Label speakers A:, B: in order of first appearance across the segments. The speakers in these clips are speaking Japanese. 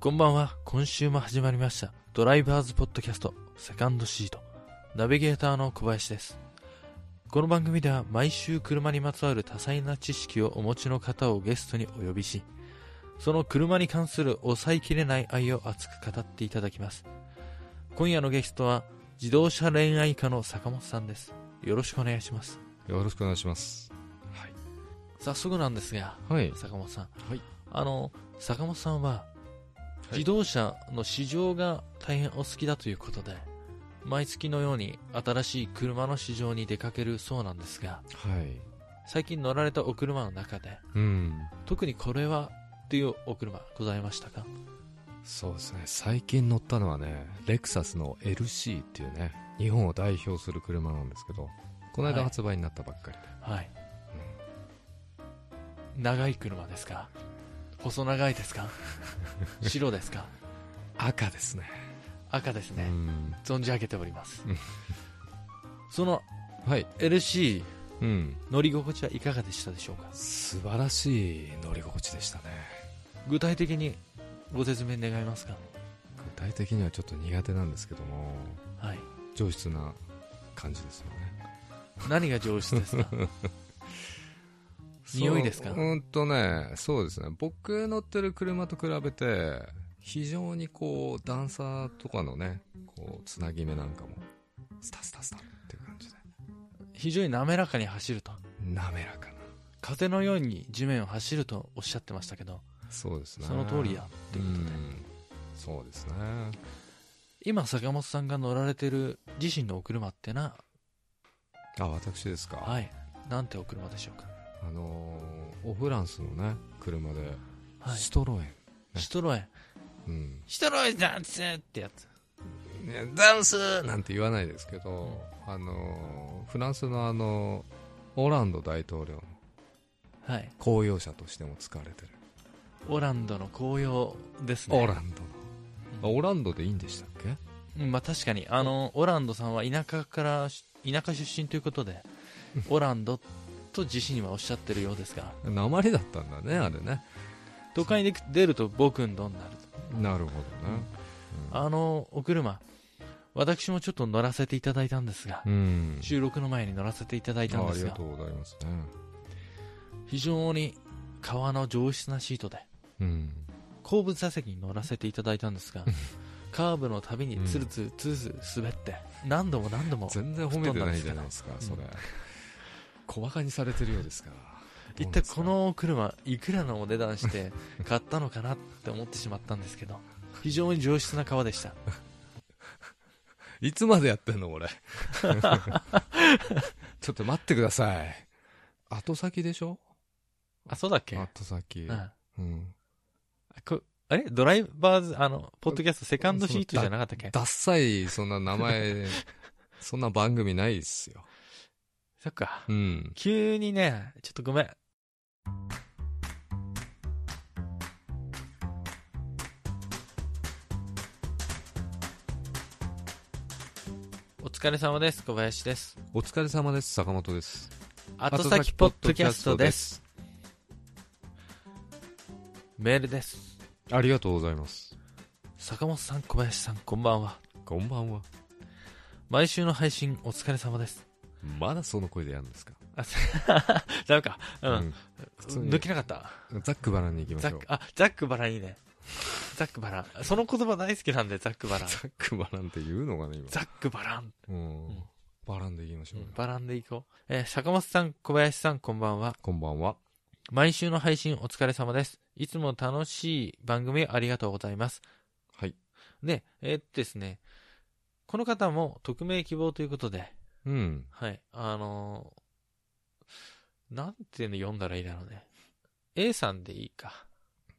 A: こんばんは。今週も始まりました。ドライバーズポッドキャスト、セカンドシート。ナビゲーターの小林です。この番組では毎週車にまつわる多彩な知識をお持ちの方をゲストにお呼びし、その車に関する抑えきれない愛を熱く語っていただきます。今夜のゲストは、自動車恋愛家の坂本さんです。よろしくお願いします。
B: よろしくお願いします。
A: はい。早速なんですが、
B: はい。
A: 坂本さん、
B: はい
A: あの坂本さんは自動車の市場が大変お好きだということで、毎月のように新しい車の市場に出かけるそうなんですが
B: はい。
A: 最近乗られたお車の中で
B: うん。
A: 特にこれはっていうお車ございましたか
B: そうですね。最近乗ったのはね、レクサスの LC っていうね、日本を代表する車なんですけど、この
A: は
B: 間
A: い
B: 発売になったばっかりで。
A: はい、長い車ですか細長い ですか白ですか
B: 赤ですね。
A: 赤です
B: う
A: ね、
B: ん。
A: 存じ上げております
B: うん
A: その
B: はい。
A: LC
B: うん。
A: 乗り心地はいかがでしたでしょうか
B: 素晴らしい乗り心地でしたね。
A: 具体的にご説明願いますか
B: 具体的にはちょっと苦手なんですけども、
A: はい
B: 上質な感じですよね。
A: 何が上質 ですか匂いですか
B: そううーんとね、そうですね。僕乗ってる車と比べて、非常にこう、段差とかのね、こう、つなぎ目なんかも、スタスタスタっていう感じで、
A: 非常に滑らかに走ると
B: 滑らかな。
A: 風のように地面を走るとおっしゃってましたけど
B: そうですね。
A: その通りやっていうことで
B: うんそうですね。
A: 今坂本さんが乗られてる自身のお車ってな
B: あ、私ですか。
A: はいなんてお車でしょうか
B: あのーオフランスのね、車で、
A: はい
B: シトロエン。
A: シトロエン
B: うん。
A: シトロエンダンスってやつ
B: ねダンスなんて言わないですけど、あのーフランスのあのーオランド大統領の
A: はい
B: 公用車としても使われてる、
A: オランドの紅葉ですね
B: オランドの、あオランドでいいんでしたっけ
A: うんまあ確かにあのオランドさんは田舎から田舎出身ということでオランドと自身はおっしゃってるようですが
B: 鉛だったんだねあれね
A: 都会に出るとボクンドになると
B: なるほどね
A: あのお車私もちょっと乗らせていただいたんですが
B: うん、うん
A: 収録の前に乗らせていただいたん
B: あ
A: で
B: あり
A: す
B: が
A: が
B: とうございますね
A: 非常に革の上質なシートで
B: うん
A: 後部座席に乗らせていただいたんですがカーブのたびにツルツルツルツル滑って何度も何度も
B: 全然褒めてないじゃないですか
A: す
B: そ
A: か
B: れ、小バカにされてるようですが
A: 一体このお車いくらのお値段 して買ったのかなって思ってしまったんですけど非常に上質な革でした
B: いつまでやってんの 俺ちょっと待ってください後先でしょ
A: あそうだっけ、
B: 後先
A: うん、
B: うん
A: こあれドライバーズあのポッドキャストセカンドシートじゃなかったっけ
B: ダッサいそんな名 前そんな番組ないっすよ
A: そっか
B: うん
A: 急にねちょっとごめんお疲れ様です小林です
B: お疲れ様です坂本です
A: 後先ポッドキャストです
B: す
A: メールです
B: ありがとうございます
A: 坂本さん小林さんこんばんは
B: こんばんは
A: 毎週の配信お疲れ様です
B: まだその声でやるんですか
A: あダメかうん、
B: 普通に
A: 抜けなかった
B: ザックバランに行きまし
A: ザ
B: ょ
A: ッ
B: う
A: クあザックバランいいねザックバランその言葉大好きなんでザックバラン
B: ザックバランって言うのかね
A: ザックバラン、
B: 今うん
A: うん
B: バランで行きましょうよ
A: バランでいこう、えー坂本さん小林さんこんばんは
B: こんばんは
A: 毎週の配信お疲れ様ですいつも楽しい番組ありがとうございます
B: はい
A: でえーっとですねこの方も匿名希望ということで
B: うん
A: はい。あのーなんていうの読んだらいいだろうね。A さんでいいか。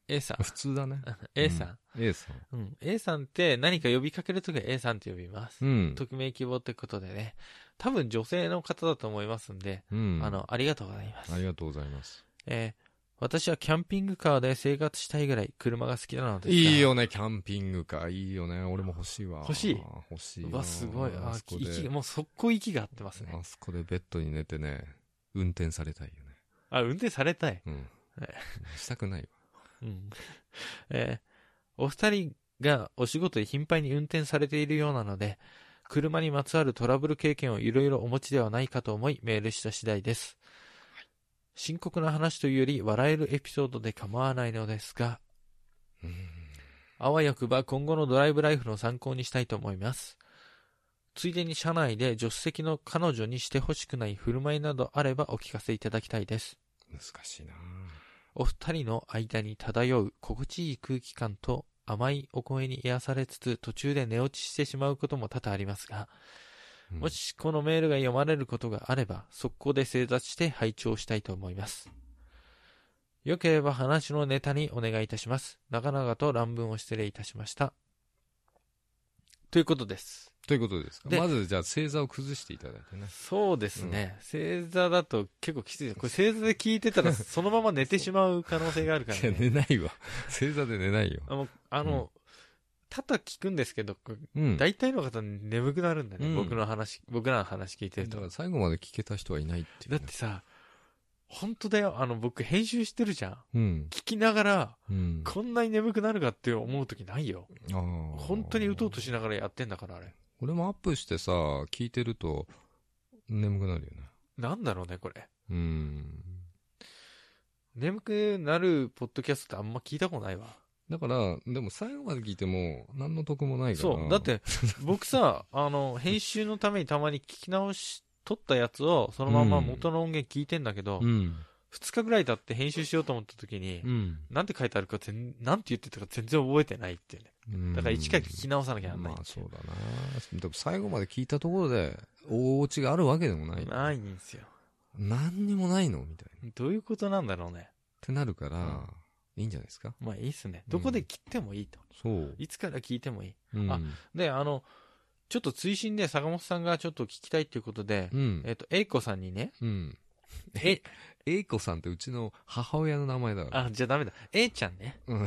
A: A さん。
B: 普通だね
A: A さん。
B: うん A さん
A: うん。A さんって何か呼びかけるときは A さんって呼びます。
B: うん
A: 匿名希望ってことでね。多分女性の方だと思いますんで、
B: うん
A: あの、ありがとうございます。
B: ありがとうございます
A: えー私はキャンピングカーで生活したいぐらい車が好きなのですが
B: いい。よねキャンピングカーいいよね俺も欲しいわ
A: 欲しい
B: 欲しいわ
A: うわ、すごい。あ
B: あ、そこで
A: 息、もう速攻息が合ってますね。
B: あそこでベッドに寝てね、運転されたいよね。
A: あ、運転されたい。
B: うん
A: はい。
B: したくないわ。
A: うん。えーお二人がお仕事で頻繁に運転されているようなので、車にまつわるトラブル経験をいろいろお持ちではないかと思いメールした次第です。深刻な話というより笑えるエピソードで構わないのですが、
B: うん
A: あわよくば今後のドライブライフの参考にしたいと思います。ついでに車内で助手席の彼女にしてほしくない振る舞いなどあればお聞かせいただきたいです。
B: 難しいな
A: お二人の間に漂う心地いい空気感と甘いお声に癒されつつ途中で寝落ちしてしまうことも多々ありますが、
B: うん
A: もしこのメールが読まれることがあれば、速攻で正座して拝聴したいと思います。よければ話のネタにお願いいたします。長々と乱文を失礼いたしました。ということです。
B: ということですか
A: で
B: まずじゃあ星座を崩していただいてね
A: そうですね。正座だと結構きついです。これ正座で聞いてたらそのまま寝てしまう可能性があるから
B: い や
A: ね。
B: 寝ないわ星座で寝ないよ
A: あの、あの、ただ聞くんですけど、これ
B: うん
A: 大体の方眠くなるんだね。
B: うん
A: 僕の話、僕らの話聞いてる
B: だ
A: と
B: か。ら最後まで聞けた人はいないっていう
A: だ
B: ね、
A: ってさ、本当だよ。あの、僕編集してるじゃん。
B: うん
A: 聞きながら、
B: うん
A: こんなに眠くなるかって思う時ないよ。
B: あー
A: 本当にうとうとしながらやってんだから、あれ。
B: 俺もアップしてさ聞いてると眠くなるよね
A: なんだろうね、これ。
B: うん
A: 眠くなるポッドキャストってあんま聞いたことないわ。
B: だからでも最後まで聞いても何の得もないから
A: そう。だって、僕さ、 あの、編集のためにたまに聞き直し、撮ったやつを、そのまま元の音源聞いてんだけど、
B: うん
A: 2日ぐらい経って編集しようと思った時に、
B: うん
A: なんて書いてあるか全、なんて言ってたか全然覚えてないっていうね。
B: うん
A: だから一回聞き直さなきゃなんない
B: まあ
A: ってい
B: そううだなでも最後まで聞いたところで大落ちがあるわけでもない
A: ないんですよ。
B: 何にもないのみたいなっ
A: どういうことなんだろうね。
B: てなるから、
A: うん
B: いいんじゃないですか
A: まあいいっすね。どこで切ってもいいと。
B: そう、
A: いつから聞いてもいい。
B: うん、
A: あで、あの、ちょっと追伸で坂本さんがちょっと聞きたいということで、
B: うん
A: えっ、と、エイコさんにね、
B: うん
A: え、
B: えいこさんってうちの母親の名前だから
A: あ、じゃあダメだ。エイちゃんね。
B: うん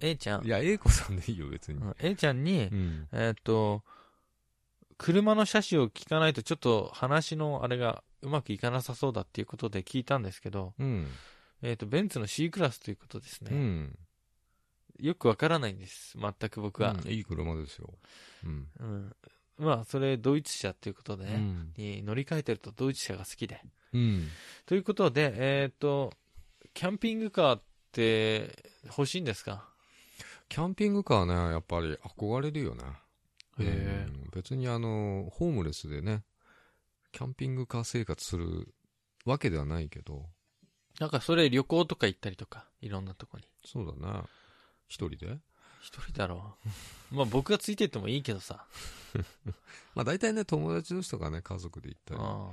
A: エイちゃん。
B: いやえいこさんでいいよ別に
A: うんエイちゃんに、
B: うん
A: えっと、車の車種を聞かないとちょっと話のあれがうまくいかなさそうだっていうことで聞いたんですけど、
B: うん、
A: えっ、と、ベンツの C クラスということです
B: う
A: ね。
B: ん
A: よくわからないんです。全く僕は。
B: うんいい車ですよ、うん
A: うん。まあ、それ、ドイツ車ということでね。
B: うん
A: に乗り換えてるとドイツ車が好きで。
B: うん
A: ということで、えっ、と、キャンピングカーって欲しいんですか
B: キャンピングカーねやっぱり憧れるよね
A: へえ
B: うん別にあのホームレスでねキャンピングカー生活するわけではないけど
A: なんかそれ旅行とか行ったりとか、いろんなとこに。
B: そうだな一人で
A: 一人だろ う。まあ僕がついてってもいいけどさ。
B: まあ大体ね友達同士とかね家族で行ったり
A: うん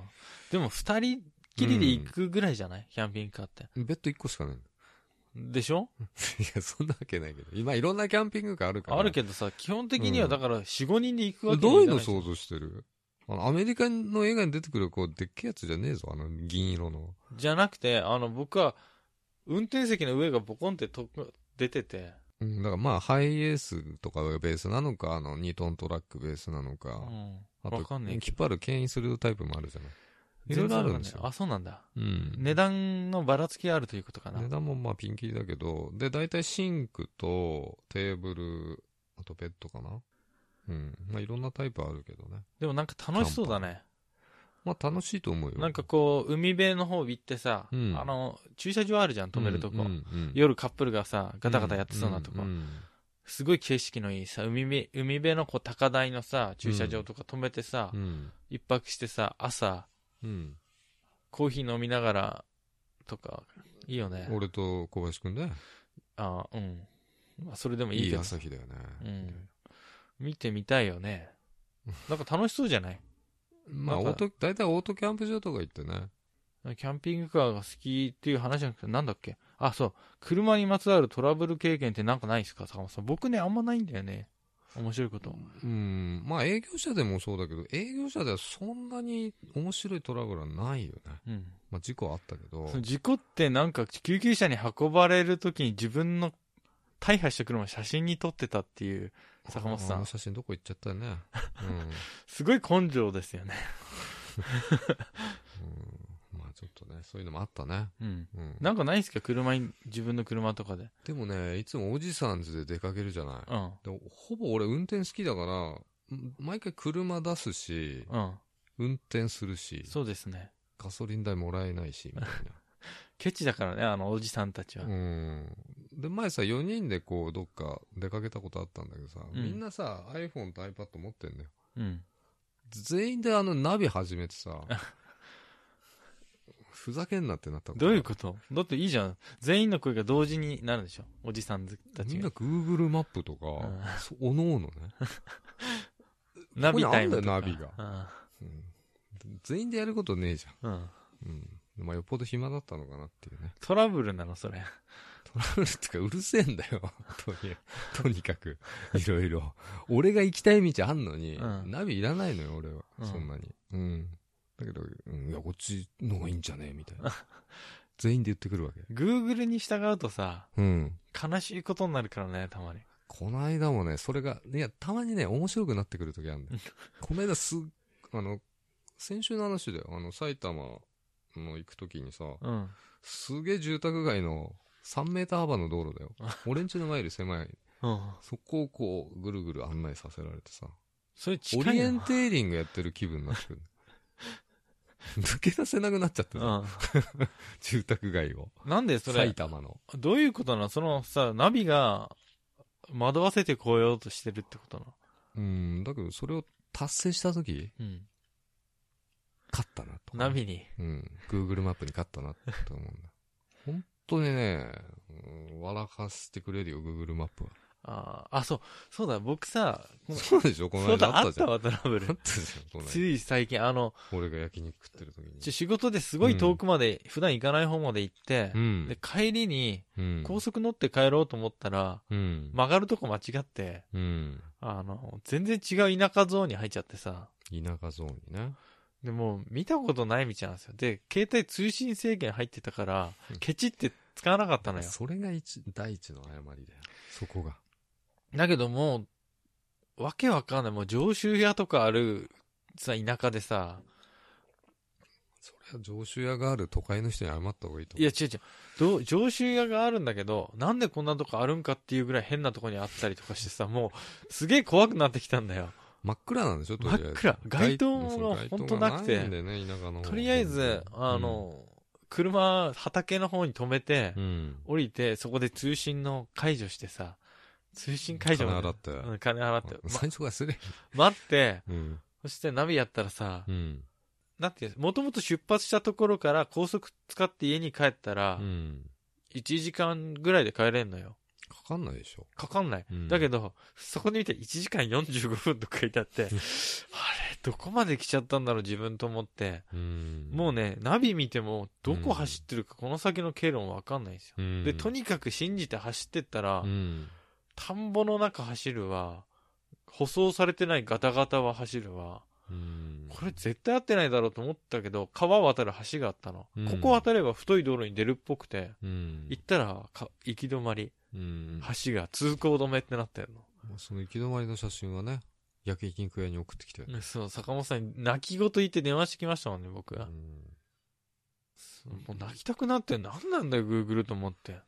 A: でも二人きりで行くぐらいじゃない、キャンピングカーって。
B: ベッド1個しかないの
A: でしょ
B: いやそんなわけないけど今いろんなキャンピングカーあるから
A: あるけどさ、基本的にはだから4、5人で行くわけに
B: どういう
A: かな
B: の想像してるあのアメリカの映画に出てくるこうでっけえやつじゃねえぞあの銀色の
A: じゃなくて、あの、僕は、運転席の上がボコンってと出てて、
B: うんだからまあハイエースとかがベースなのかあの2トントラックベースなのか、
A: う
B: あ
A: ん。
B: と
A: わかんねえけ
B: 引っ張る牽引するタイプもあるじゃない
A: ど。
B: いろいろあるんです
A: 全然わかない
B: よ
A: あ、そうなんだ。
B: うん
A: 値段のばらつきがあるということかな。
B: 値段もまあピンキリだけど、で、大体シンクとテーブル、あとベッドかなうん。まあいろんなタイプあるけどね。
A: でもなんか楽しそうだね。
B: まあ楽しいと思うよ。
A: なんかこう、海辺の方行ってさ、
B: うん
A: あの、駐車場あるじゃん、
B: うん、
A: 止めるとこ。
B: うんうん
A: 夜カップルがさ、ガタガタやってそうなとこ。
B: んん
A: すごい景色のいいさ、海辺、海辺のこう高台のさ、駐車場とか止めてさ、
B: うん。
A: 一泊してさ、朝、
B: うん。
A: コーヒー飲みながら、とか、いいよね。
B: 俺と小林くんね。
A: あーうん。まあ、それでもいい
B: い
A: け
B: い
A: ど。
B: 朝日だよ
A: う
B: ね。
A: ん。見てみたいよね。なんか楽しそうじゃない
B: まあ、
A: なんか
B: オート、大体オートキャンプ場とか行ってね。
A: キャンピングカーが好きっていう話じゃなくて、なんだっけあ、そう。車にまつわるトラブル経験ってなんかないですか坂本さん。僕ね、あんまないんだよね。面白いこと。
B: うん。まあ営業者でもそうだけど、営業者ではそんなに面白いトラブルはないよね。
A: うん。
B: まあ事故はあったけど
A: その。事故ってなんか救急車に運ばれるときに自分の大破した車を写真に撮ってたっていう坂本さ
B: あの
A: ん。
B: 写真どこ行っちゃったよね。うん。
A: すごい根性ですよね。
B: うんまあちょっとね、そういうのもあったね。
A: うん。
B: うん、
A: なんかないっすか車に、自分の車とかで。
B: でもね、いつもおじさんズで出かけるじゃない。
A: うん。
B: でほぼ俺運転好きだから、ん毎回車出すし、
A: うん。
B: 運転するし、
A: そうですね。
B: ガソリン代もらえないし、みたいな。
A: ケチだからね、あの、おじさんたちは。
B: うん。で、前さ、4人でこう、どっか出かけたことあったんだけどさ、
A: うん
B: みんなさ、iPhone と iPad 持ってんだよ。
A: うん。
B: 全員であの、ナビ始め てさ、ふざけんなってなった
A: どういう
B: こ
A: ことだっていいじゃん。全員の声が同時になるでしょ。おじさんた
B: とみ
A: ち
B: んな
A: が。
B: Google マップとか
A: ん、
B: そうおのおのね、
A: ナビタイム
B: ことこにあ
A: か。
B: んだようん全員でやることねえじゃ
A: うん。うん。
B: ん。うん。まあ、よっぽど暇だったのかなっていうね。
A: トラブルなの、それ。
B: トラブルってか、うるせえんだよ。とにとにかく、いろいろ。俺が行きたい道あんのに、
A: うん
B: ナビいらないのよ、俺は。
A: うん
B: そんなに。うん。だけど、うん、いや、こっちの方がいいんじゃねえみたいな。全員で言ってくるわけ。
A: Google に従うとさ、
B: うん。
A: 悲しいことになるからね、たまに。
B: この間もね、それが、いや、たまにね、面白くなってくる時あるん だよ。この間すっ、あの、先週の話だよ。あの、埼玉の行く時にさ、
A: うん。
B: すげえ住宅街の3メーター幅の 道路だよ。俺んちの前より狭い。
A: うん。
B: そこをこう、ぐるぐる案内させられてさ。
A: それ
B: オ
A: 近
B: リ
A: い
B: エン
A: な。
B: テーリングやってる気分になってくる。 抜け出せなくなっちゃってさ、住宅街を。
A: うん。なんでそ
B: 埼
A: れ、
B: 玉の。
A: どういうことなのそのさ、ナビが惑わせてこようとしてるってことなの
B: うん、だけどそれを達成した時、
A: うん。
B: 勝ったなと。
A: ナ。ビに。
B: うん。Google マップに勝ったなと思うんだ。本当にね、うん笑かしてくれるよ、Google マップは。
A: あーあ、そう、そうだ、僕さ、この
B: そうでしょこの
A: そうだ、
B: 間あ
A: あ
B: っ
A: った
B: じゃ
A: た
B: ん。あっ
A: わ、トラブ
B: たじゃん
A: ル。、
B: この
A: つ
B: 間。
A: い最近、あの、
B: 俺が焼肉食ってる時
A: ちょ
B: に。
A: 仕事ですごい遠くまで、普段行かない方まで行って、
B: うん
A: で、帰りに、
B: うん。
A: 高速乗って帰ろうと思ったら、
B: うん。
A: 曲がるとこ間違って、
B: うん。
A: あの、全然違う田舎ゾーンに入っちゃってさ、
B: 田舎ゾーンにね。
A: でもう見たことない道なんですよ。で、携帯通信制限入ってたから
B: うん、
A: ケチって使わなかったのよ。
B: それが一、第一の誤りだよ。そこが。
A: だけどもう、わけわかんない。もう常習屋とかある、さ、田舎でさ、
B: それは上州屋がある都会の人に謝った方がいいと思う。
A: いや、違う違うどう、常習屋があるんだけど、なんでこんなとこあるんかっていうぐらい変なとこにあったりとかしてさ、もう、すげえ怖くなってきたんだよ。
B: 真っ暗なんでしょ、とりあえず。
A: 真っ暗街灯も
B: そう街灯
A: ほんとなくて
B: いんでね、田舎の方
A: とりあえず、あ、の、車、畑の方に止めて、
B: うん。うん
A: 降りて、そこで通信の解除してさ、通信解除
B: 金
A: まで
B: 洗って。
A: うん、金払って。ま
B: 最初からすれ。
A: 待って、
B: うん。
A: そしてナビやったらさ
B: う、ん。
A: なんていうの、もともと出発したところから高速使って家に帰ったら
B: う、ん。
A: 1時間ぐらいで帰れんのよ。
B: かかんないでしょ。
A: かかんない。
B: うん
A: だけど、そこで見て1時間45分とか書いてあって、あれ、どこまで来ちゃったんだろう自分と思って、
B: うん。
A: もうね、ナビ見ても、どこ走ってるか、この先の経路もわかんないんですよ。
B: うん。
A: で、とにかく信じて走ってったら、
B: うん。
A: 田んぼの中走るわ、舗装されてないガタガタは走るわ、
B: うん。
A: これ絶対合ってないだろうと思ったけど、川渡る橋があったの。
B: うん
A: ここ渡れば太い道路に出るっぽくて、
B: うん。
A: 行ったらか行き止まり、
B: うん。
A: 橋が通行止めってなったよ。
B: もうその行き止まりの写真はね、焼き肉屋に送ってきて。
A: うんそう、坂本さんに泣き言言って電話してきましたもんね、僕は。
B: うん
A: そうもう泣きたくなって、何なんだよ、Google と思って。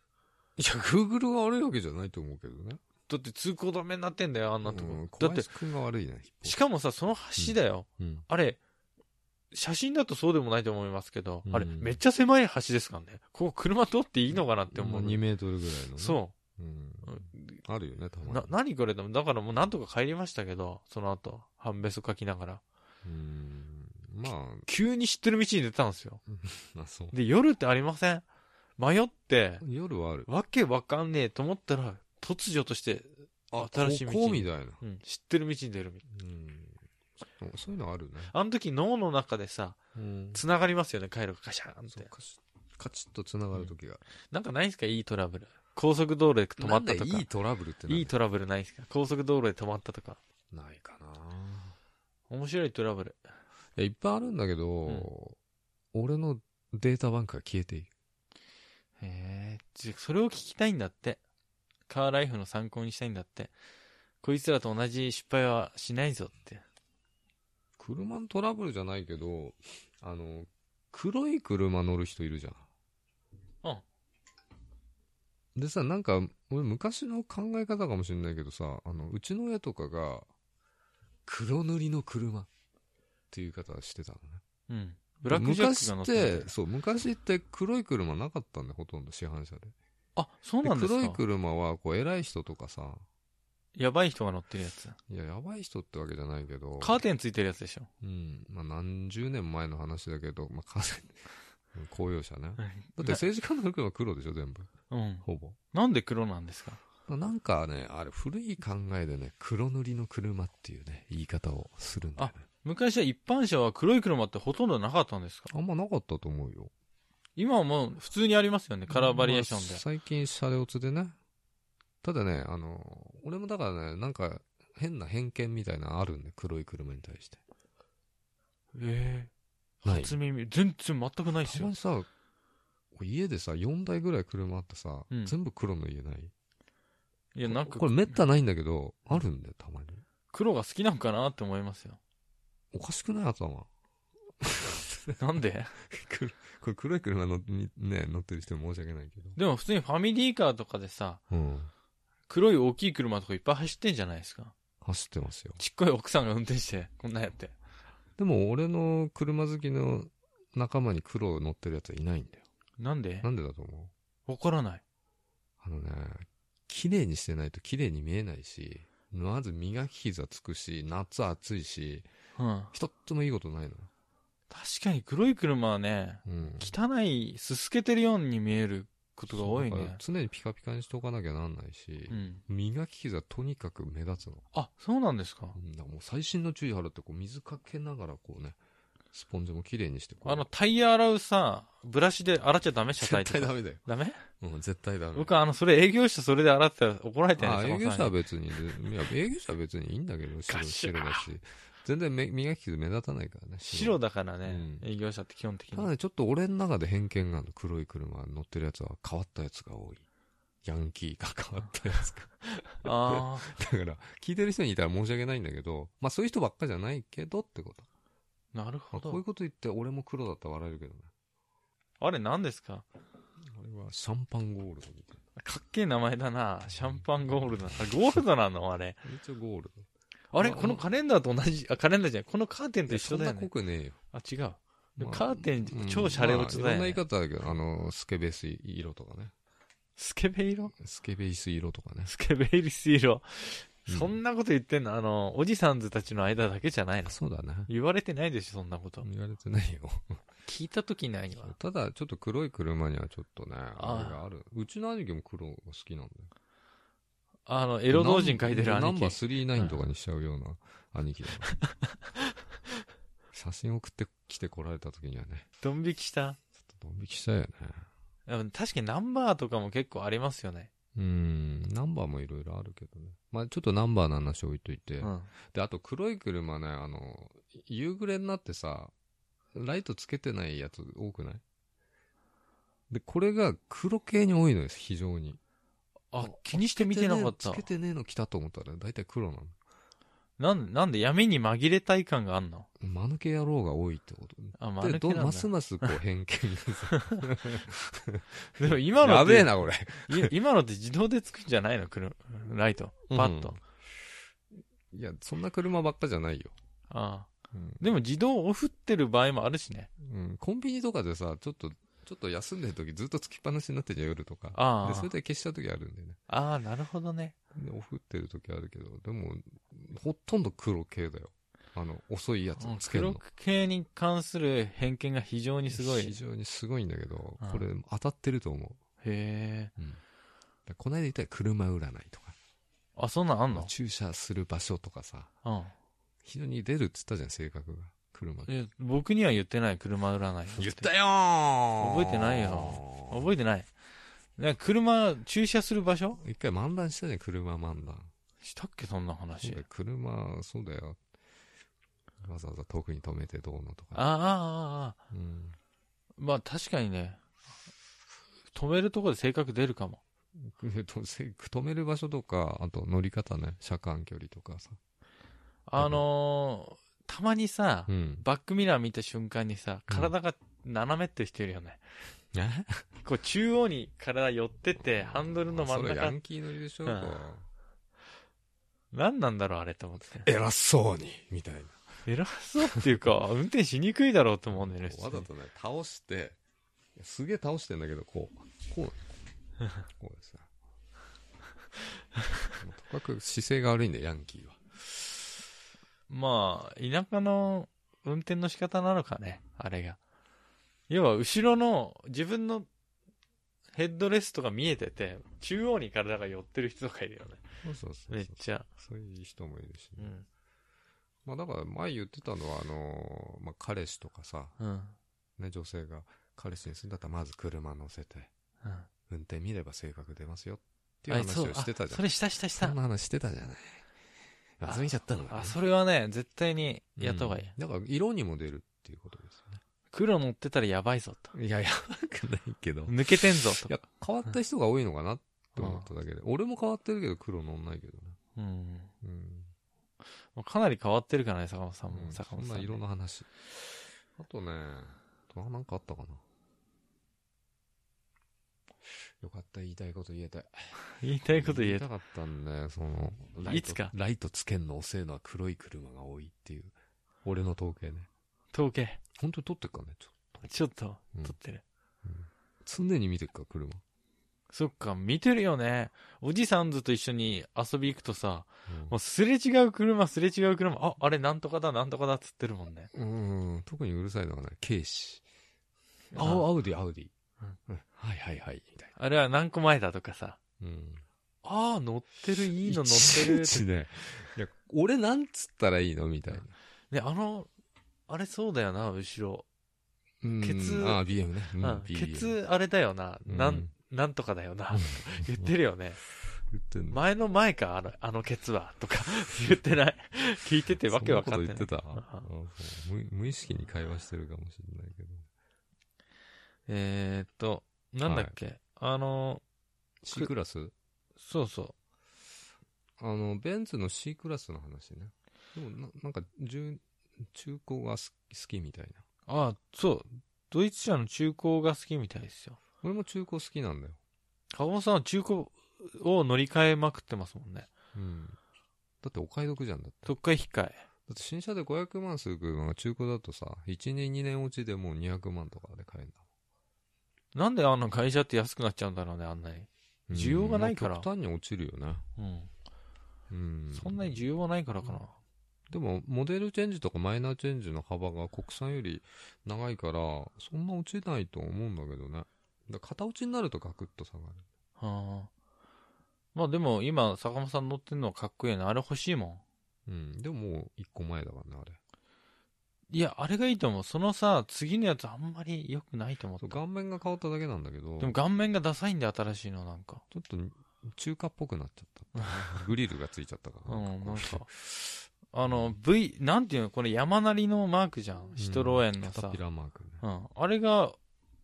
B: いや、Google が悪いわけじゃないと思うけどね。
A: だって通行止めになってんだよ、あんなとこ。
B: う
A: だ
B: ん
A: っ
B: 小
A: て、
B: 林君が悪いね。
A: しかもさ、その橋だよ。
B: うん。
A: あれ、写真だとそうでもないと思いますけど、
B: うん
A: あれ、めっちゃ狭い橋ですからね。ここ車通っていいのかなって
B: で
A: 思
B: も
A: う。
B: 2メートルぐらいのね。。
A: そう
B: ん。
A: う。
B: あるよね、たまに
A: な、。何これでも、だからもうなんとか帰りましたけど、その後、半べそ書きながら。
B: うん。ま
A: 急に知ってる道に出たんですよ。
B: あ、あそう。
A: で、夜ってありません迷って、
B: 夜はある。
A: わけわかんねえと思ったら、突如として、新しい道
B: ここみたいな。
A: うん、知ってる道に出るみたい
B: うん。そうそういうのあるね。
A: な。あの時脳の中でさ、
B: うん。
A: 繋がりますよね、回路がガシャーンっ
B: そう
A: て。
B: カチッカチッと繋がるときが。
A: なんかないんすかいいトラブル。高速道路で止まったと
B: な
A: か。
B: んだいいトラブルってなんだ
A: いいトラブルないですか高速道路で止まったとか。
B: ないかな
A: 面白いトラブル。
B: いやいっぱいあるんだけ
A: う
B: ど、俺のデータバンクが消えている。
A: へえ、じそれを聞きたいんだって。カーライフの参考にしたいんだって。こいつらと同じ失敗はしないぞって。
B: 車のトラブルじゃないけど、あの、黒い車乗る人いるじゃん。うん。でさ、なんか、俺昔の考え方かもしれないけどさ、あの、うちの親とかが、黒塗りの車っていう言い方してたのね。
A: うん。ブラックジャックが乗ってる
B: 昔って、そう、昔って黒い車なかったんで、ほとんど市販車で。
A: あ、そうなんです
B: 黒い
A: か
B: 車は、こう、偉い人とかさ、
A: やばい人が乗ってるやつ。
B: いや、やばい人ってわけじゃないけど、
A: カーテンついてるやつでしょ。
B: うん、まあ、何十年前の話だけど、まあ、 完全に公用車ね。
A: だ
B: だって、政治家の車は黒でしょ、全部。
A: うん。
B: ほぼ。
A: なんで黒なんですか
B: なんかね、あれ、古い考えでね、黒塗りの車っていうね、言い方をするんだよね。
A: 昔は一般車は黒い車ってほとんどなかったんですか
B: あんまなかったと思うよ。
A: 今はもう普通にありますよね。カラーバリエーションで。
B: まあ最近、車両つでね。ただね、あの、俺もだからね、なんか、変な偏見みたいなのあるんで、黒い車に対して。
A: ええ
B: ない
A: 初耳、全然全くないです
B: たま
A: よ
B: に。さ、家でさ、4台ぐらい車あってさ、
A: うん
B: 全部黒の家ない
A: いや、なんか、
B: これめったないんだけど、あるんだよ、たまに。
A: 黒が好きなのかなって思います よ。
B: おかしくない頭。
A: なんで
B: 黒これ黒い車のにね、乗ってる人に申し訳ないけど。
A: でも普通にファミリーカーとかでさ、
B: うん。
A: 黒い大きい車とかいっぱい走ってんじゃないですか。
B: 走ってますよ。
A: ちっこい奥さんが運転して、こんなんやって。
B: でも俺の車好きの仲間に黒乗ってるやつはいないんだよ。
A: なんで
B: なんでだと思う
A: わからない。
B: あのね、綺麗にしてないと綺麗に見えないし、まず磨き膝つくし、夏暑いし、
A: うん。
B: 一つもいいことないのよ。
A: 確かに黒い車はね、
B: うん。
A: 汚い、すすけてるように見えることが多い
B: だから
A: ね。
B: 常にピカピカにしておかなきゃなんないし
A: う、ん。
B: 磨き膝とにかく目立つの。
A: あ、そうなんですか
B: う。んだからもう最新の注意払って、こう水かけながらこうね、スポンジも綺麗にしてこう。
A: あの、タイヤ洗うさ、ブラシで洗っちゃダメ車体
B: 絶
A: とか
B: 対ダメだよ。
A: ダメ
B: うん、絶対ダメ。
A: 僕あの、それ営業者それで洗ってたら怒られて
B: あ
A: ない
B: 営業者は
A: は
B: 別に、でいや、営業者は別にいいんだけど、白、
A: ガシャ
B: 白だし。全然め磨き傷目立たないからね。
A: 白だからね、
B: うん
A: 営業者って基本的
B: ただ
A: に。
B: ね、ちょっと俺の中で偏見があるの。黒い車乗ってるやつは変わったやつが多い。ヤンキーが変わったや つが。
A: ああ、
B: だから、聞いてる人にいたら申し訳ないんだけど、まあそういう人ばっかじゃないけどってこと。
A: なる
B: ま
A: ほ
B: あこういう
A: ど。
B: こと言って俺も黒だったら笑えるけどね。
A: あれ何ですか
B: あれはシャンパンゴールドみたい
A: かっけえ名前だな。シャンパンゴールド。あゴールドなのあれ。
B: な。一応ゴールド。
A: あれ
B: まあ
A: このカレンダーと同じ、あ、カレンダーじゃない。このカーテンと一緒だよ
B: そんな
A: ね
B: 濃。くねえよ。
A: あ、違う。でも
B: まあ
A: カーテン
B: うん、
A: 超シャレオツだよ
B: まあ
A: ね
B: いろんな言い方だけど、あの、スケベス色とかね。
A: スケベ色
B: スケベイス色とかね。
A: スケベリス色。
B: うん
A: そんなこと言ってんのあの、おじさんずたちの間だけじゃないの
B: そうだね。
A: 言われてないでしょ、そんなこと。
B: 言われてないよ。
A: 聞いた時ないわ。
B: ただ、ちょっと黒い車にはちょっとね、
A: あ
B: あれがある。うちの兄貴も黒が好きなんだよ。
A: あの、エロ同人書いてる
B: ナ
A: 兄
B: ンバ
A: 貴。
B: ー39とかにしちゃうような兄貴だな写真送ってきてこられた時にはね、
A: ドン引きした。
B: ちょっとドン引きしちゃうよね。
A: でも確かにナンバーとかも結構ありますよね。
B: うん、ナンバーもいろいろあるけどね。まあちょっとナンバーの話置いといて。
A: うん。
B: で、あと黒い車ね、あの、夕暮れになってさ、ライトつけてないやつ多くないで、これが黒系に多いのです、非常に。
A: あ、気にして見てなかっ
B: つ
A: た
B: け。てねえの来たと思ったら、だいたい黒なの。
A: なん、なんで闇に紛れたい感があんの
B: 間抜け野郎が多いってこと
A: あ、まぬ
B: で、
A: け
B: ど
A: なんだ
B: ますますこう偏見 がさ
A: でも今の
B: や
A: って
B: べえな、これ。
A: い今のって自動でつくんじゃないの車、ライト。パッと。
B: うんいや、そんな車ばっかじゃないよ。
A: ああ
B: うん
A: でも自動オフってる場合もあるしね。
B: うんコンビニとかでさ、ちょっと、ちょっと休んでる時ずっとつきっぱなしになってんじゃん、夜とか。
A: ああ
B: で、それで消しちゃう時あるんだよね。
A: ああ、なるほどね。
B: で、おふってる時あるけど、でも、ほとんど黒系だよ。あの、遅いやつ
A: うん
B: つける
A: 黒
B: の。
A: 系に関する偏見が非常にすごい。
B: 非
A: へ
B: 常にすごいんだけど
A: うん、
B: これ当たってると思う。
A: え。
B: でこないだ言ったら車占いとか、
A: あ、そんなんあんの
B: 駐車する場所とかさ、
A: うん。
B: 非常に出るっつったじゃん、性格が。車が。
A: え僕には言ってない、車占い。
B: 言ったよー
A: 覚えてないよ覚えてない。ね車、駐車する場所
B: 一回漫談したじゃん、車漫談。
A: したっけ、そんな話。
B: 車、そうだよ。わざわざ遠くに止めてどうのと
A: ああ、
B: か。
A: ああ、ああ。
B: うん
A: まあ確かにね、止めるとこで性格出るかも。
B: えっとせ止める場所とか、あと乗り方ね、車間距離とかさ。
A: あのーたまにさ、
B: うん。
A: バックミラー見た瞬間にさ、体が斜めってる人いるよね。
B: え
A: こう中央に体寄ってて、ハンドルの真ん
B: それヤ
A: 中。
B: ンキー乗りでしょ、
A: うん
B: こ
A: 何なんだろうあれと思って。
B: う偉そうにみたいな
A: 偉そうっていう か、運転しにくいだろうと思うんだよね。
B: わざとね倒してすげえ倒してんだけどこうこうこうですねとかく姿勢が悪いんだよヤンキーは
A: まあ、田舎の運転の仕方なのかね、あれが。要は、後ろの自分のヘッドレストが見えてて、中央に体が寄ってる人とかいるよね。
B: そうそうそう
A: めっちゃ。
B: そういう人もいるし、
A: うん。
B: まあだから前言ってたのはあのーまあ、彼氏とかさ、
A: うん。
B: ね、女性が彼氏にするんだったらまず車乗せて
A: うん。
B: 運転見れば性格出ますよっていう
A: あ
B: 話
A: そう
B: をしてた
A: あ
B: じゃ
A: そ
B: ん
A: れしたしたした
B: そんな。話してたじゃない
A: あ
B: 忘れちゃったのか
A: あ、それはね、絶対にやった方がいい。
B: うんだから色にも出るっていうことです
A: 黒乗ってたらやばいぞと。
B: ねいややばくないけど
A: 抜けてんぞ
B: い
A: と。
B: や変わった人が多いのかなって思っただけで俺も変わってるけど黒乗んないけどね
A: うん。
B: うん
A: かなり変わってるからね、坂本さん
B: う
A: も。
B: ん
A: 坂
B: そ
A: 本
B: ん
A: さ
B: なん
A: ね。
B: 色の話あとねあなんかあったかなよかった言いたいこと言えたい
A: 言いたいこと言え
B: た
A: た。
B: かったんだよそのライト
A: いつか
B: ライトつけんの遅いのは黒い車が多いっていう俺の統計ね
A: 統計。
B: 本当に撮ってっかねちょ
A: ちょっと、
B: うん
A: 撮ってる。
B: 常に見てっか車
A: そっか、見てるよね。おじさんずと一緒に遊び行くとさ、
B: うん
A: もうすれ違う車、すれ違う車、あ、あれなんとかだ、なんとかだっつってるもんね。
B: うん、特にうるさいのがね、軽視。
A: あ
B: あ、アウディ、アウディ。
A: うん
B: うんはいはいはい、みたい
A: あれは何個前だとかさ、
B: な。うん。
A: ああ、乗ってる、いいの乗
B: ち
A: ってる
B: いちね。いや、俺なんつったらいいのみたいな。
A: ね、あの、あれそうだよな、後ろ。
B: うん
A: ケツ
B: あ、BM ね。う
A: うんん、ケ
B: BM。
A: ツ、あれだよな、な
B: うん
A: ん、なんとかだよな、言ってるよね。
B: 言ってんの。
A: 前の前か、あの、あのケツは、とか 言ってない。聞いててわけわかん
B: そ
A: なんい
B: な。こと言ってた
A: あ
B: あそう無無意識に会話してるかもしれないけど。
A: えーっと、なんだっけ、あの、
B: C クラス
A: そうそう。
B: あの、ベンツの C クラスの話ね。でもな、なんか、中、中古が好き好きみたいな。
A: ああ、そう。ドイツ車の中古が好きみたいですよ。
B: 俺も中古好きなんだよ。
A: 川本さんは中古を乗り換えまくってますもんね。
B: うん。だってお買い得じゃんだって。
A: 特価控え。
B: だって新車で500万する車が中古だとさ、1年2年落ちでもう200万とかで買えるんだ
A: なんであんな会社って安くなっちゃうんだろうね、あんなに。
B: もん。
A: 需要がないから
B: まあ極端に落ちるよね。
A: うん。
B: うん。
A: そんなに需要はないからかな。
B: でも、モデルチェンジとかマイナーチェンジの幅が国産より長いから、そんな落ちないと思うんだけどね。だから片落ちになるとガクッと下がる。
A: はあ。まあでも今、坂本さん乗ってんのはかっこいいよね。あれ欲しいもん。
B: うん。でももう1個前だからね、あれ。
A: いや、あれがいいと思う。そのさ、次のやつあんまり良くないと思っ
B: そう
A: た。
B: 顔面が変わっただけなんだけど、
A: でも
B: ち
A: 顔面がダサいんで、新しいのなんか。
B: ょっと中華っぽくなっちゃったっていうね。グリルがついちゃったから。
A: うん、なん
B: こ
A: か。あの、V、なんていうのこれ山なりのマークじゃん。
B: う
A: シトロエン
B: う
A: の
B: キャタ
A: さ
B: ピ。ラーマークね。
A: うん。あれが、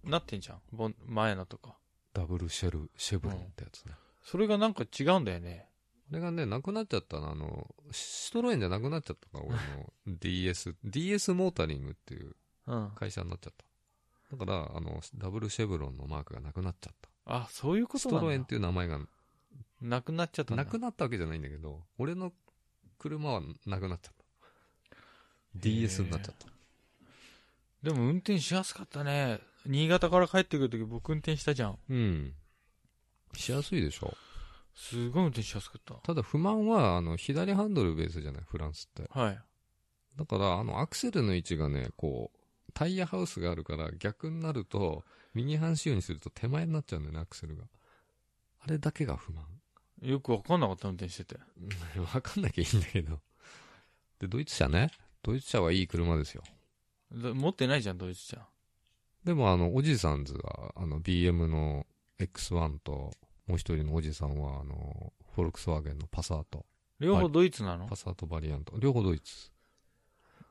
A: なってんじゃん。ぼん前のとか。
B: ダブルシェル、シェブロンってやつね。
A: それがなんか違うんだよね。
B: あれがね、なくなっちゃったの、あの、シトロエンじゃなくなっちゃったから、俺の DS、DS モータリングっていう
A: うん。
B: 会社になっちゃった。だから、あの、ダブルシェブロンのマークがなくなっちゃっ
A: あ、そういう
B: た。
A: こ
B: シ
A: と
B: ト
A: な
B: ロエン
A: ん
B: っ
A: だ。
B: ていう名前が
A: なくなっちゃったんだ
B: なくなったわけじゃないんだけど、俺の車はなくなっちゃった。DS になっちゃった。
A: でも運転しやすかったね。新潟から帰ってくるとき僕運転したじゃん。
B: うん。しやすいでしょ。
A: すごい運転しやすかった
B: だ不満は、あの、左ハンドルベースじゃない、フランスって。。
A: はい。
B: だから、あの、アクセルの位置がね、こう、タイヤハウスがあるから、逆になると、右半仕様にすると手前になっちゃうんだよね、アクセルが。あれだけが不満。
A: よくわかんなかった運転してて。
B: わかんなきゃいいんだけど。で、ドイツ車ね。ドイツ車はいい車ですよ。
A: だ持ってないじゃん、ドイツちゃん。
B: でも、あの、おじさんズは、あの、BM の X1 と、もう一人のおじさんは、あの、フォルクスワーゲンのパサート。
A: 両方ドイツなの、
B: パサートバリアント。両方ドイツ。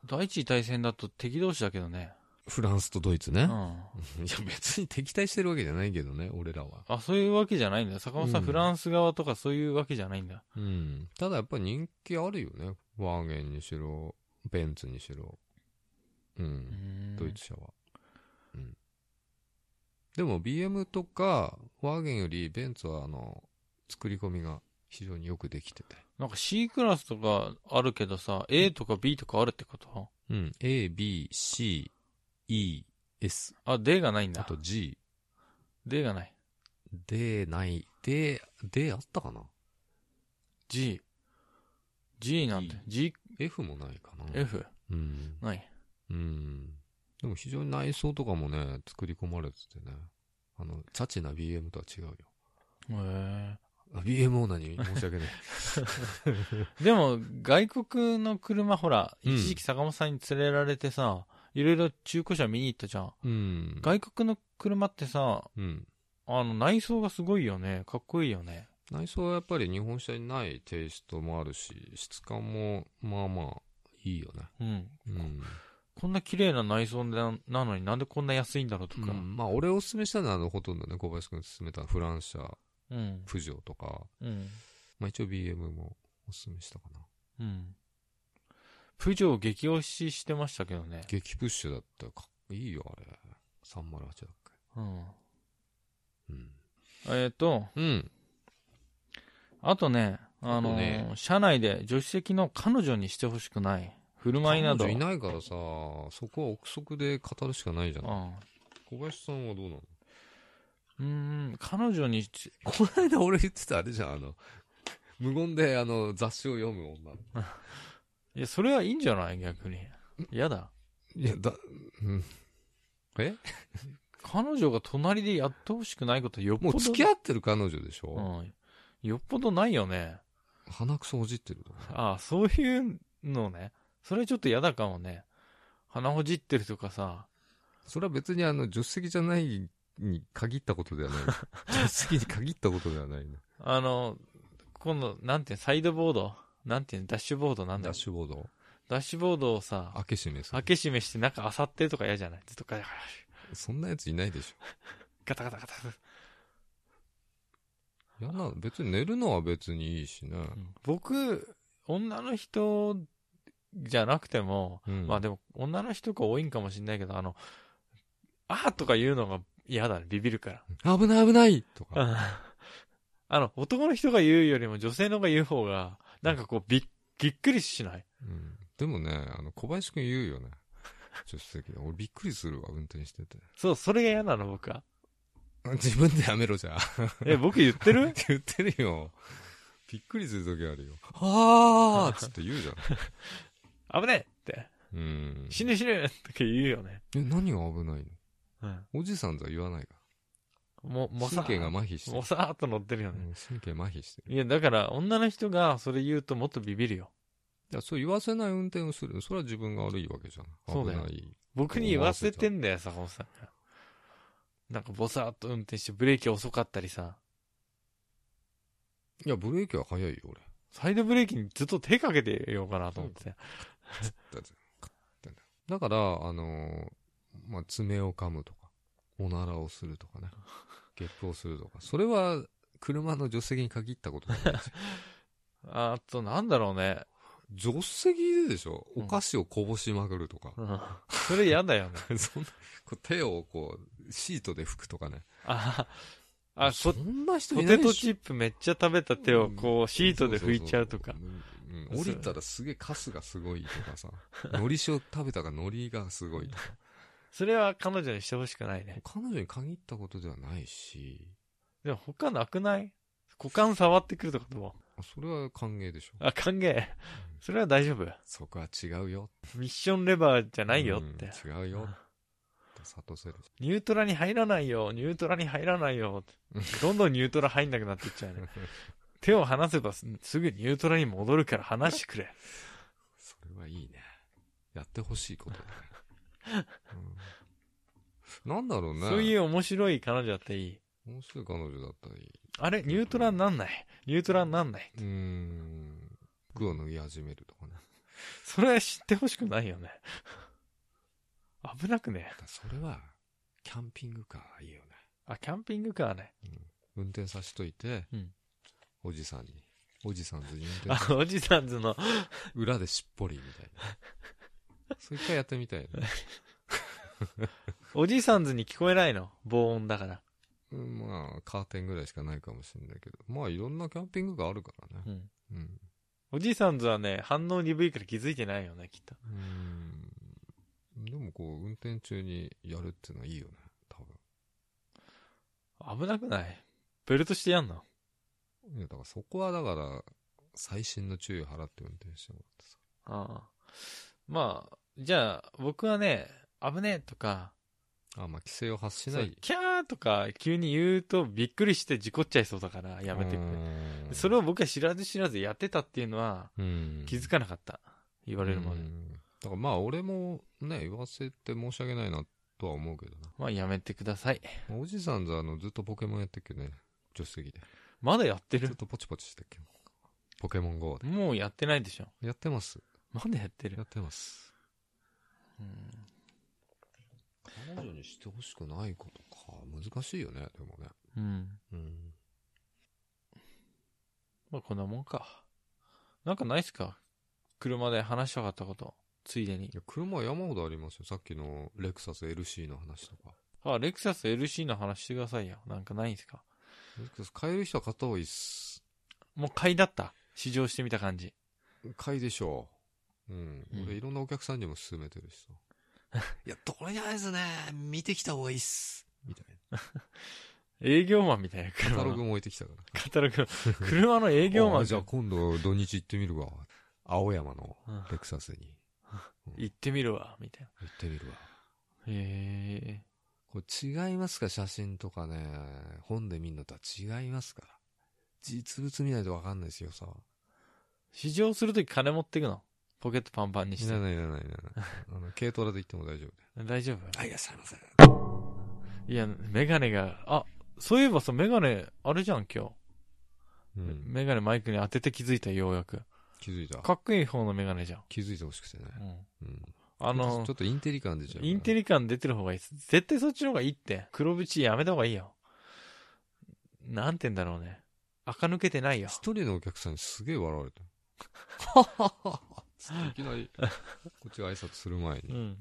A: 第一次大戦だと敵同士だけどね。
B: フランスとドイツ
A: う
B: ね
A: ん。。あ、
B: いや、別に敵対してるわけじゃないけどね、俺らは。
A: そういうわけじゃないんだ。坂本さん、
B: うん
A: フランス側とかそういうわけじゃないんだ。
B: うん。ただやっぱり人気あるよね。ワーゲンにしろ、ベンツにしろ。う。
A: うんん
B: ドイツ車は。うん。でも BM とかワーゲンよりベンツはあの作り込みが非常によくできてて
A: なんか C クラスとかあるけどさ、A とか B とかあるってこと
B: うん ABCES
A: あ、D がないん
B: あ
A: だ
B: と。G
A: D がない。
B: でないでであったかな
A: G。G なんて。G、
B: F もないかな
A: F。
B: うん
A: ない。
B: うんでも非常に内装とかもね作り込まれててねあのチャチな BM とは違うよ
A: へえ。
B: あ BM オーナーに申し訳 ない
A: でも、外国の車、ほら、
B: うん
A: 一時期坂本さんに連れられてさ、いろいろ中古車見に行ったじゃん。
B: うん
A: 外国の車ってさ、
B: うん
A: あの、内装がすごいよね。かっこいいよね。
B: 内装はやっぱり日本車にないテイストもあるし質感もまあまあいいよね
A: うん。
B: うん、
A: こんな綺麗な内装ななのになんでこんな安いんだろうとか。
B: うんまあ俺おすすめしたのはあのほとんどね小林君に勧めたフランシャ
A: うん。
B: プジョーとか、
A: うん。
B: まあ、一応 BM もおすすめしたかな
A: うん。プジョー激推ししてましたけどね。
B: 激プッシュだったよかっいいよあれ308だっけ
A: うん。
B: うん、
A: えっ、と、
B: うん、
A: あとね、あの
B: あとね
A: 車内で助手席の彼女にしてほしくない。振る舞いなど。
B: 彼女いないからさそこは憶測で語るしかないじゃない
A: うん
B: 小林さんはどうなの
A: うーん、彼女にし、
B: この間俺言ってたあれじゃんあの無言であの雑誌を読む女
A: いや、それはいいんじゃない逆に。やだ。
B: いやだうんえ
A: 彼女が隣でやってほしくないことよっ
B: も
A: ぽど。
B: う付き合ってる彼女でしょ、
A: うん。よっぽどないよね。
B: 鼻くそほじってる
A: ああ、そういうのね。それちょっと嫌だかもね。鼻ほじってるとかさ。
B: それは別にあの助手席じゃないに限ったこ とではない助手席に限ったことではないね
A: あの、今度、なんていうのサイドボードなんていうのダッシュボードなんだ
B: ダ
A: よ
B: ッ。シュボード
A: ダッシュボードをさ、
B: 開け閉めす
A: 開
B: る
A: け閉めしてなんか漁ってるとか嫌じゃないずっとガタ
B: そんなやついないでし
A: ガタガタガタガタガタ。
B: ょいやな別に寝るのは別にいいしね、
A: 僕、女の人じゃなくても、
B: うん
A: まあでも女の人が多いんかもしれないけど、あの、あーとか言うのが嫌だね。ビビるから。
B: 危ない危ないとか、
A: あの、男の人が言うよりも女性の方が言う方が、なんかこう、びっ、ぎっくりしない。
B: うんでもねあの小林君言うよね助手席で俺びっくりするわ運転してて
A: そう、それが嫌なの、僕 は。
B: 自分でやめろじゃあ
A: え、僕言ってる
B: 言ってるよびっくりする時あるよああっつって言うじゃん
A: 危ねえって。
B: うん
A: 死ぬ死ぬとか言うよね。
B: え何が危ないの
A: うん。
B: おじさんとは言わないか
A: も、も
B: ら
A: さ
B: 神経が麻痺してる
A: もさーっと乗ってるよ
B: う
A: ね。
B: ん神経麻痺してる
A: いや、だから、女の人がそれ言うともっとビビるよ。
B: いやそう言わせない運転をするそれは自分が悪いわけじゃん
A: そう
B: 危
A: だよ
B: ない
A: 僕に言わせてんだよ、坂本さんが。なんか、ボサーっと運転してブレーキ遅かったりさ、
B: いやブレーキは早いよ俺
A: サイドブレーキにずっと手かけてようかなと思って。
B: だからあのーまあ爪を噛むとかおならをするとかねゲップをするとかそれは車の助手席に限ったことじ ゃないし
A: あと、なんだろうね。
B: 助手席ででしょ
A: うん
B: お菓子をこぼしまくるとか、
A: うんそれ嫌だよね。
B: そんなこう手をこうシートで拭くとかね
A: あ、あ、
B: そ
A: こ
B: んな人
A: ポ
B: いな
A: テ
B: いでしょ
A: トチップめっちゃ食べた手をこうシートで拭いちゃうとか
B: そ。そそそうん降りたらすげえカスがすごいと かさ海苔塩食べたから海苔がすごいとか
A: それは彼女にしてほしくないね。
B: 彼女に限ったことではないし
A: でも他なくない股間触ってくるとかど
B: あそれは歓迎でしょ
A: うあ、歓迎。それは大丈夫。
B: そこは違うよ
A: ミッションレバーじゃないよって。
B: うん違うよって諭せる
A: ニュートラに入らないよ、ニュートラに入らないよって。どんどんニュートラ入んなくなっていっちゃう ね。手を離せばすすぐニュートラに戻るから離してくれ。
B: それはいいねやってほしいことだね、 うんなんだろうね
A: そういう面白い彼女だっていい。
B: 面白い彼女だったらいい
A: あれニュートラになんない。ニュートラになんない。
B: うーん服を脱ぎ始めるとかね
A: それ知ってほしくないよね。 危なくね。
B: だからそれはキャンピングカーいいよね
A: あ、キャンピングカーね。
B: 運転させといて、
A: うん
B: おじさんにおじさんずに運転さ
A: あ、おじさんずの、
B: 裏でしっぽりみたいなそう一回やってみたいね
A: おじいさんズに聞こえないの防音だから。
B: うんまあ、カーテンぐらいしかないかもしれないけど。まあ、いろんなキャンピングがあるからね。
A: うん。
B: うん。
A: おじいさんズはね、反応鈍いから気づいてないよね、きっと。
B: うん。でもこう、運転中にやるっていうのはいいよね。多
A: 危なくないベルトしてやんの
B: 分。いや、だからそこはだから、最新の注意を払って運転してもらってさ。
A: ああ。まあ、じゃあ、僕はね、危ねえとか、
B: あ、まあ、規制を発しな
A: そう
B: い。
A: キャーとか急に言うとびっくりして事故っちゃいそうだからやめてくれ。
B: れ
A: それを僕は知らず知らずやってたっていうのは
B: うん
A: 気づかなかった。言われるまで。
B: うんだからまあ俺もね、言わせて申し訳ないなとは思うけどな。
A: まあやめてください。
B: まあおじさんずあのずっとポケモンやってっけどね。助手席で。
A: まだやって
B: ずっ
A: る
B: とポチポチしてっけど。ポケモン GO で。
A: もうやってないでしょ。
B: やってます。
A: まだやって
B: や
A: る
B: っ。てます。
A: うん
B: 彼女にしてほしくないことか。難しいよね、でもね。
A: うん。
B: うん。
A: まあこんなもんか。なんかないっすか車で話したかったこと。ついでに
B: い。や、車山ほどありますよ。さっきのレクサス LC の話とか。
A: あ、レクサス LC の話してくださいよ。なんかないんすか
B: レクサス買える人は買った方がいいっす。
A: もう買いだった。試乗してみた感じ。
B: 買いでしょう。うん。
A: うん
B: 俺いろんなお客さんにも勧めてるしさ。 いや、どれじゃないですね。見てきた方がいいっす。みたいな。
A: 営業マンみたいな車
B: カ
A: の。
B: タログも置いてきたから。
A: カタログ。車の営業マ
B: あ
A: ン
B: じゃあ今度土日行ってみるわ。青山の
A: うん
B: レクサスに
A: 行ってみるわ、みたい
B: 行ってみるわ。
A: な。へえ。
B: これ違いますか写真とかね、本で見るのとは違いますから。実物見ないとわかんないですよ、さ。
A: 試乗するとき金持ってくのポケットパンパンにし
B: い
A: て
B: ら。ないいらないい らない。あの、軽トラで行っても大丈夫
A: 大丈夫
B: あ、いらっしゃいません。
A: いや、メガネが、あ、そういえばさ、メガネ、あれじゃん、今
B: う
A: 日。
B: ん。
A: メガネマイクに当てて気づいた、ようやく。
B: 気づいた。
A: かっこいい方のメガネじゃん。
B: 気づいてほしくてね。
A: うん。
B: うん。
A: あの
B: ちょ、っとインテリ感出ちゃうから。
A: インテリ感出てる方がいいです。絶対そっちの方がいいって。黒縁やめた方がいいよ。なんて言うんだろうね。垢抜けてないよ。
B: 一人のお客さんにすげえ笑われ た。いきなり、こっちが挨拶する前
A: う
B: に。
A: ん。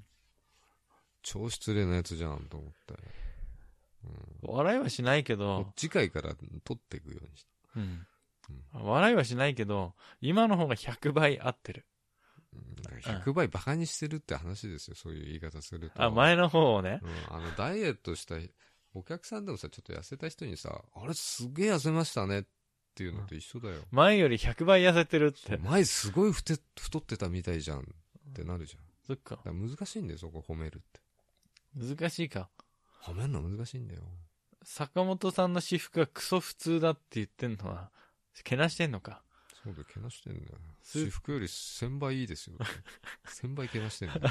B: 超失礼なやつじゃんと思って。
A: 笑いはしないけ
B: も
A: ど
B: う、次回から撮っていくようにし
A: うん。笑いはしないけど、今の方が100倍合ってる。
B: た。うん100倍バカにしてるって話ですよ、そういう言い方すると。
A: あ、前の方をね。
B: うん、あの、ダイエットしたお客さんでもさ、ちょっと痩せた人にさ、あれすげえ痩せましたねっていうのと一緒だよ。
A: 前より100倍痩せてるって。
B: 前すごい太太ってたみたいじゃんってなるじゃん。
A: そっか。
B: だから難しいんだよ、そこ褒めるって。
A: 難しいか。
B: 褒めるの難しいんだよ。
A: 坂本さんの私服がクソ普通だって言ってんのは、けなしてんのか。
B: そうだよ、けなしてんだよ。
A: す
B: 私服より1000倍い いですよ。1000倍けなしてんだよ。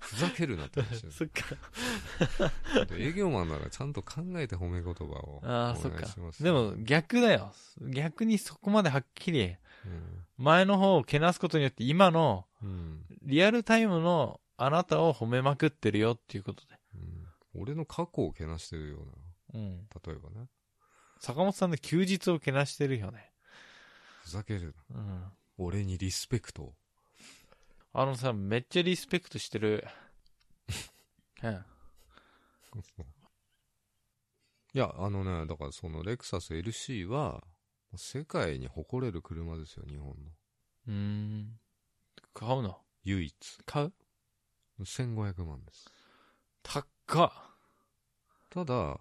B: ふざけるなって話だよ
A: そっか。
B: 営業マンならちゃんと考えて褒め言葉をお
A: ああ、
B: 願い
A: そっか
B: します。
A: で、も逆だよ。逆にそこまではっきり、
B: うん
A: 前の方をけなすことによって今の
B: うん
A: リアルタイムのあなたを褒めまくってるよっていうことで。
B: うん俺の過去をけなしてるよう
A: う
B: な、
A: ん。
B: 例えばね。
A: 坂本さんの休日をけなしてるよね。
B: ふざけるな。
A: うん。
B: 俺にリスペクト を。
A: あのさ、めっちゃリスペクトして る。うん。
B: いや、あのね、だからそのレクサス LC は、世界に誇れる車ですよ、日本の。
A: うーん。買うの
B: 唯一。
A: 買う
B: 1500万です。
A: 高った
B: だ、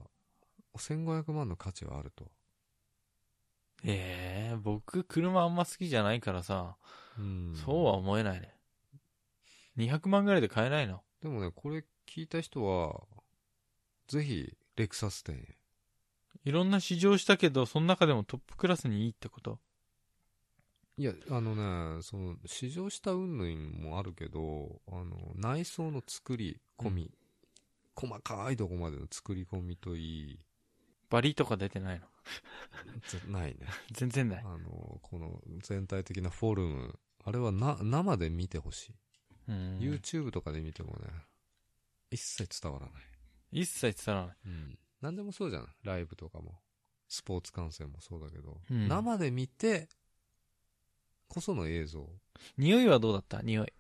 B: 1500万の価値はあると。
A: ええ僕、車あんま好きじゃないからさ、
B: うん
A: そうは思えないね。200万ぐらいで買えないの
B: でもね、これ聞いた人は、ぜひ、レクサス店へ。
A: いろんな試乗したけど、その中でもトップクラスにいいってこと
B: いや、あのね、その、試乗した云々もあるけど、あの、内装の作り込み、細かいとこまでの作り込みといい、
A: バリとか出てないの
B: ぜないね。
A: 全然ない。
B: あの、この全体的なフォルム、あれはな、生で見てほし
A: う
B: い、
A: ん。
B: YouTube とかで見てもね、一切伝わらない。
A: 一切伝わらない。
B: うん。何でもそうじゃん。ライブとかも。スポーツ観戦もそうだけど。
A: うん
B: 生で見て、こその映像。
A: 匂いはどうだった匂い。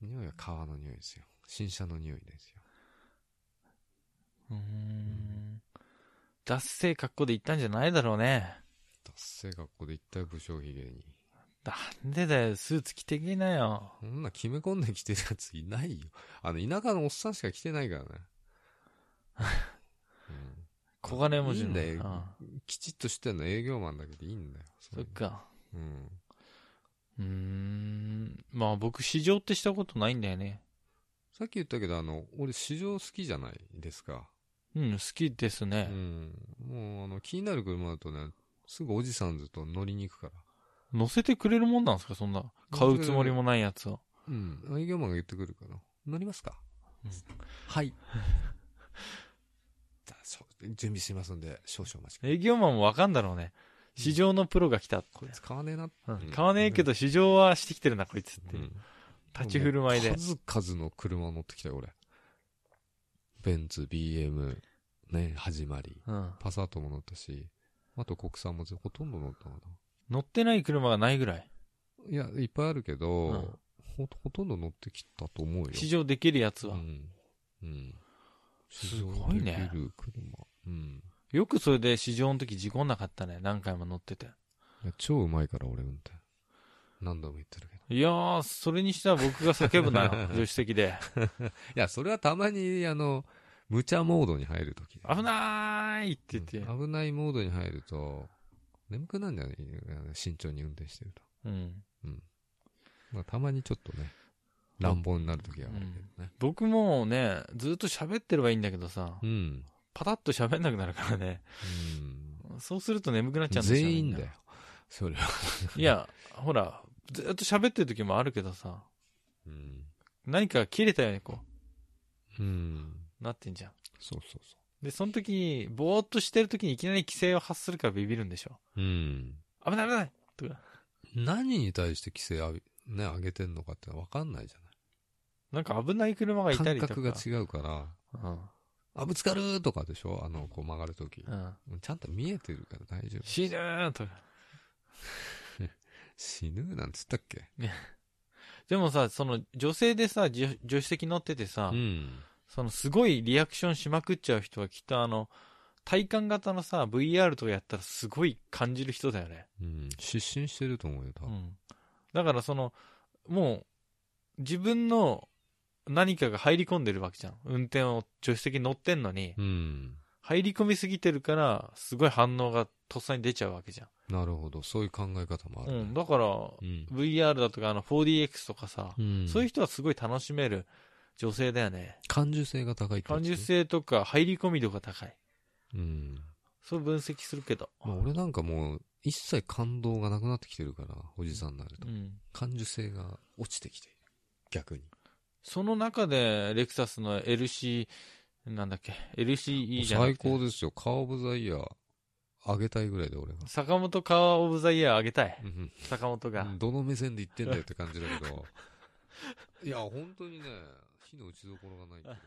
B: 匂いは革の匂いですよ。新車の匂いですよ。
A: うーん。脱性格好で行ったんじゃないだろうね。
B: 達成学校で一体武将髭に。
A: なんでだよ、スーツ着てきなよ。
B: こんな決め込んできてるやついないよ。あの、田舎のおっさんしか来てな いからね。
A: 小金持ちの。
B: いいんだよ
A: ああ
B: うん、きちっとしてんの営業マンだけでいいんだよ。そ
A: そっ
B: ういうの
A: か。
B: うん。
A: うーん。まあ僕、試乗ってしたことないんだよね。
B: さっき言ったけど、あの、俺、市場好きじゃないですか。
A: うん、好きです
B: う
A: ね。
B: ん。もう、あの、気になる車だとね、すぐおじさんずと乗りに行くから。
A: 乗せてくれるもんなんですか、そんな。買うつもりもないやつを。
B: うん。営業マンが言ってくるから。乗りますか、
A: うん
B: はい。じゃあそう準備しますんで、少々お待ちください。
A: 営業マンもわかんだろうね。市場のプロが来たって。
B: こいつ買わねえな。
A: うん買わねえけど、市場はしてきてるな、こいつって。
B: うん
A: 立ち振る舞いで。
B: 数々の車を乗ってきたよ、俺。ベンツ、BM、ね、始まり。
A: うん。
B: パサートも乗ったし、あと国産もぜほとんど乗ったかな。
A: 乗ってない車がないぐらい。
B: いや、いっぱいあるけど、
A: うん
B: ほほとんど乗ってきたと思うよ。
A: 試乗できるやつは
B: う。ん。うん。
A: すごいね
B: 試乗できる車。うん。
A: よくそれで試乗の時事故んなかったね。何回も乗ってて。
B: いや超うまいから、俺運転。何度も言ってるけど。
A: いやー、それにしては僕が叫ぶな よ。助手席で。
B: いや、それはたまに、あの、無茶モードに入るとき。
A: 危なーいって言って。
B: うん危ないモードに入ると、眠くなるんじゃない慎重に運転してると。
A: うん。
B: まあ、たまにちょっとね、乱暴になるときはあるけどね。
A: 僕もね、ずっと喋ってればいいんだけどさ、
B: うん。
A: パタッと喋んなくなるからね。
B: うん
A: そうすると眠くなっちゃうんですよ。
B: 全
A: みん
B: 員
A: な
B: だよ。。それは。
A: いや、ほら、ずっと喋ってる時もあるけどさ、
B: うん。
A: 何か切れたようにこ
B: うん。
A: う、なってんじゃん。
B: そうそうそ
A: で、その時に、ぼーっとしてる時にいきなり規制を発するからビビるんでしょ。
B: う。うん。
A: 危ない危ないとか。
B: 何に対して規制あび、ね、上げてんのかってのは分かんないじゃ
A: なんか危ない車が
B: ないい。
A: たり
B: 感
A: とか。
B: 覚が違うから、
A: うん。
B: あ、ぶつかるとかでしょあの、こう曲がるとき。
A: うん。
B: ちゃんと見えてるから大丈夫。
A: 死ぬーとか。
B: 死ぬなんつったっけ
A: でもさ、その女性でさ、じょ助手席乗っててさ、
B: うん。
A: そのすごいリアクションしまくっちゃう人はきっとあの、体感型のさ、VR とかやったらすごい感じる人だよね。
B: うん。失神してると思うよ、多
A: う
B: 分。
A: ん。だからその、もう、自分の何かが入り込んでるわけじゃん。運転を、助手席に乗ってんのに、
B: うん。
A: 入り込みすぎてるから、すごい反応がとっさに出ちゃうわけじゃ
B: なるほど。そういう考え方もあ
A: ん。う
B: る
A: ん。
B: ね。
A: だから、
B: うん。
A: VR だとか、あの、4DX とかさ、
B: うん
A: そういう人はすごい楽しめる女性だよね。
B: 感受性が高いってやつ
A: 感受性とか入り込み度が高い。
B: うん。
A: そう分析するけど。
B: まあ、俺なんかもう、一切感動がなくなってきてるから、おじさんになると
A: う。ん。
B: 感受性が落ちてきている。逆に。
A: その中で、レクサスの LC、なんだっけ、LCE じゃなく
B: 最
A: て
B: 高ですよ。カーオブザイヤー、あげたいぐらいで俺が。
A: 坂本カーオブザイヤーあげたい。
B: うん
A: 坂本が。
B: どの目線で言ってんだよって感じだけ ど。いや、本当にね、火の打ちどころがないっていうのが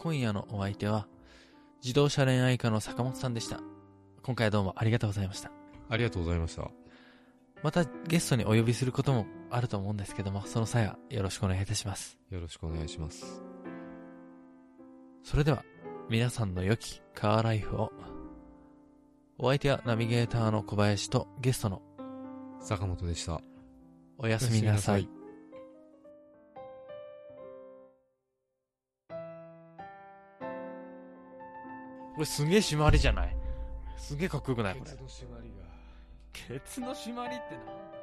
A: 今夜のお相手は、自動車恋愛家の坂本さんでした。今回はどうもありがとうございました。
B: ありがとうございました。
A: またゲストにお呼びすることもあると思うんですけども、その際はよろしくお願いいたします。
B: よろしくお願いします。
A: それでは、皆さんの良きカーライフを。お相手はナビゲーターの小林とゲストの
B: 坂本でした。
A: おやすみなさい。これすげえ締まりじゃないすげえかっこよくないこれ。ケツの締まりってなんだ